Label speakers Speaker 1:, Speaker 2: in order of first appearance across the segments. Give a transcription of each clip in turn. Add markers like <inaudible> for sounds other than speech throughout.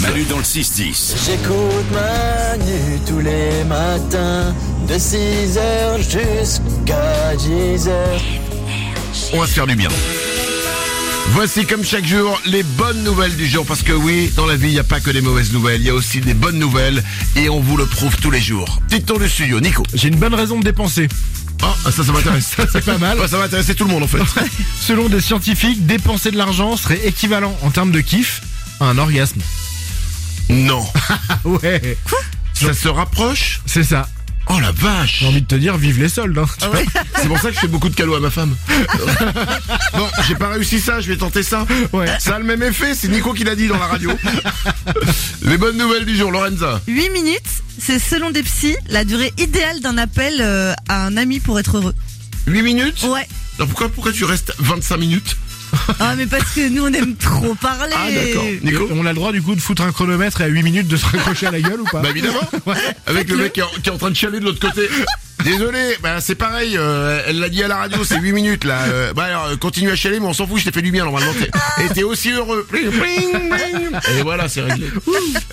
Speaker 1: Manu dans le 6-10.
Speaker 2: J'écoute Manu tous les matins, de 6h jusqu'à 10h.
Speaker 3: On va se faire du bien. Voici comme chaque jour les bonnes nouvelles du jour parce que oui, dans la vie, il n'y a pas que des mauvaises nouvelles, il y a aussi des bonnes nouvelles et on vous le prouve tous les jours. Petit tour du studio, Nico.
Speaker 4: J'ai une bonne raison de dépenser.
Speaker 3: Ah, ça, ça <laughs> m'intéresse.
Speaker 4: C'est pas mal.
Speaker 3: Ouais, ça va intéresser tout le monde en fait.
Speaker 4: Selon des scientifiques, dépenser de l'argent serait équivalent en termes de kiff à un orgasme.
Speaker 3: <laughs> <laughs> Non.
Speaker 4: Ah ouais,
Speaker 3: Ça se rapproche
Speaker 4: c'est ça.
Speaker 3: Oh la vache
Speaker 4: J'ai envie de te dire, vive les soldes. hein.
Speaker 3: Ah ouais C'est pour ça que je fais beaucoup de calots à ma <laughs> femme. bon, j'ai pas réussi ça, je vais tenter ça.
Speaker 4: Ouais.
Speaker 3: Ça a le même effet, c'est Nico qui l'a dit dans la <laughs> radio. Les bonnes nouvelles du jour, Lorenza.
Speaker 5: 8 minutes, c'est selon des psys la durée idéale d'un appel euh, à un ami pour être heureux.
Speaker 3: 8 minutes
Speaker 5: Ouais.
Speaker 3: Alors pourquoi, pourquoi tu restes 25 minutes
Speaker 5: Ah mais parce que nous on aime trop parler.
Speaker 3: Ah d'accord. Nico
Speaker 4: On a le droit du coup de foutre un chronomètre et à 8 minutes de se raccrocher à la gueule ou pas
Speaker 3: Bah <laughs> évidemment Avec le mec qui est, en, qui est en train de chialer de l'autre <laughs> côté. Désolé, bah c'est pareil, euh, elle l'a dit à la radio, c'est 8 minutes là. Euh, bah alors euh, continue à chialer, mais on s'en fout, je t'ai fait du bien normalement. t'es- <laughs> Et t'es aussi heureux. Pling, pling, pling. Et voilà, c'est réglé.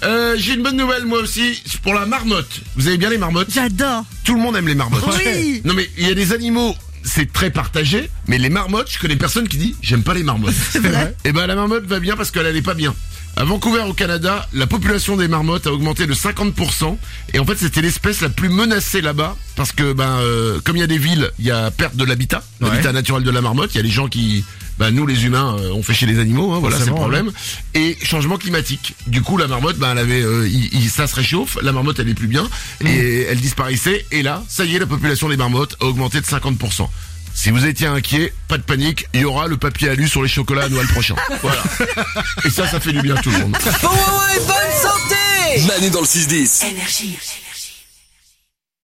Speaker 3: Euh, J'ai une bonne nouvelle moi aussi, c'est pour la marmotte. Vous avez bien les marmottes
Speaker 5: J'adore.
Speaker 3: Tout le monde aime les marmottes.
Speaker 5: Oui.
Speaker 3: <laughs> Non mais il y a des animaux, c'est très partagé, mais les marmottes, je connais personne qui dit j'aime pas les marmottes.
Speaker 5: <laughs> C'est vrai.
Speaker 3: Eh ben la marmotte va bien parce qu'elle allait pas bien. À Vancouver au Canada, la population des marmottes a augmenté de 50% et en fait c'était l'espèce la plus menacée là-bas parce que ben euh, comme il y a des villes, il y a perte de l'habitat, l'habitat naturel de la marmotte, il y a les gens qui ben, nous les humains euh, on fait chez les animaux, hein, voilà c'est le
Speaker 4: Forcément,
Speaker 3: problème. Et changement climatique. Du coup la marmotte ben elle avait euh, il- il- ça se réchauffe, la marmotte elle est plus bien et elle disparaissait et là ça y est la population des marmottes a augmenté de 50%. Si vous étiez inquiet, pas de panique, il y aura le papier alu sur les chocolats à Noël prochain. Voilà. Et ça, ça fait du bien à tout le monde.
Speaker 2: Bon moment et bonne santé
Speaker 1: Manu dans le 6-10.
Speaker 6: Énergie.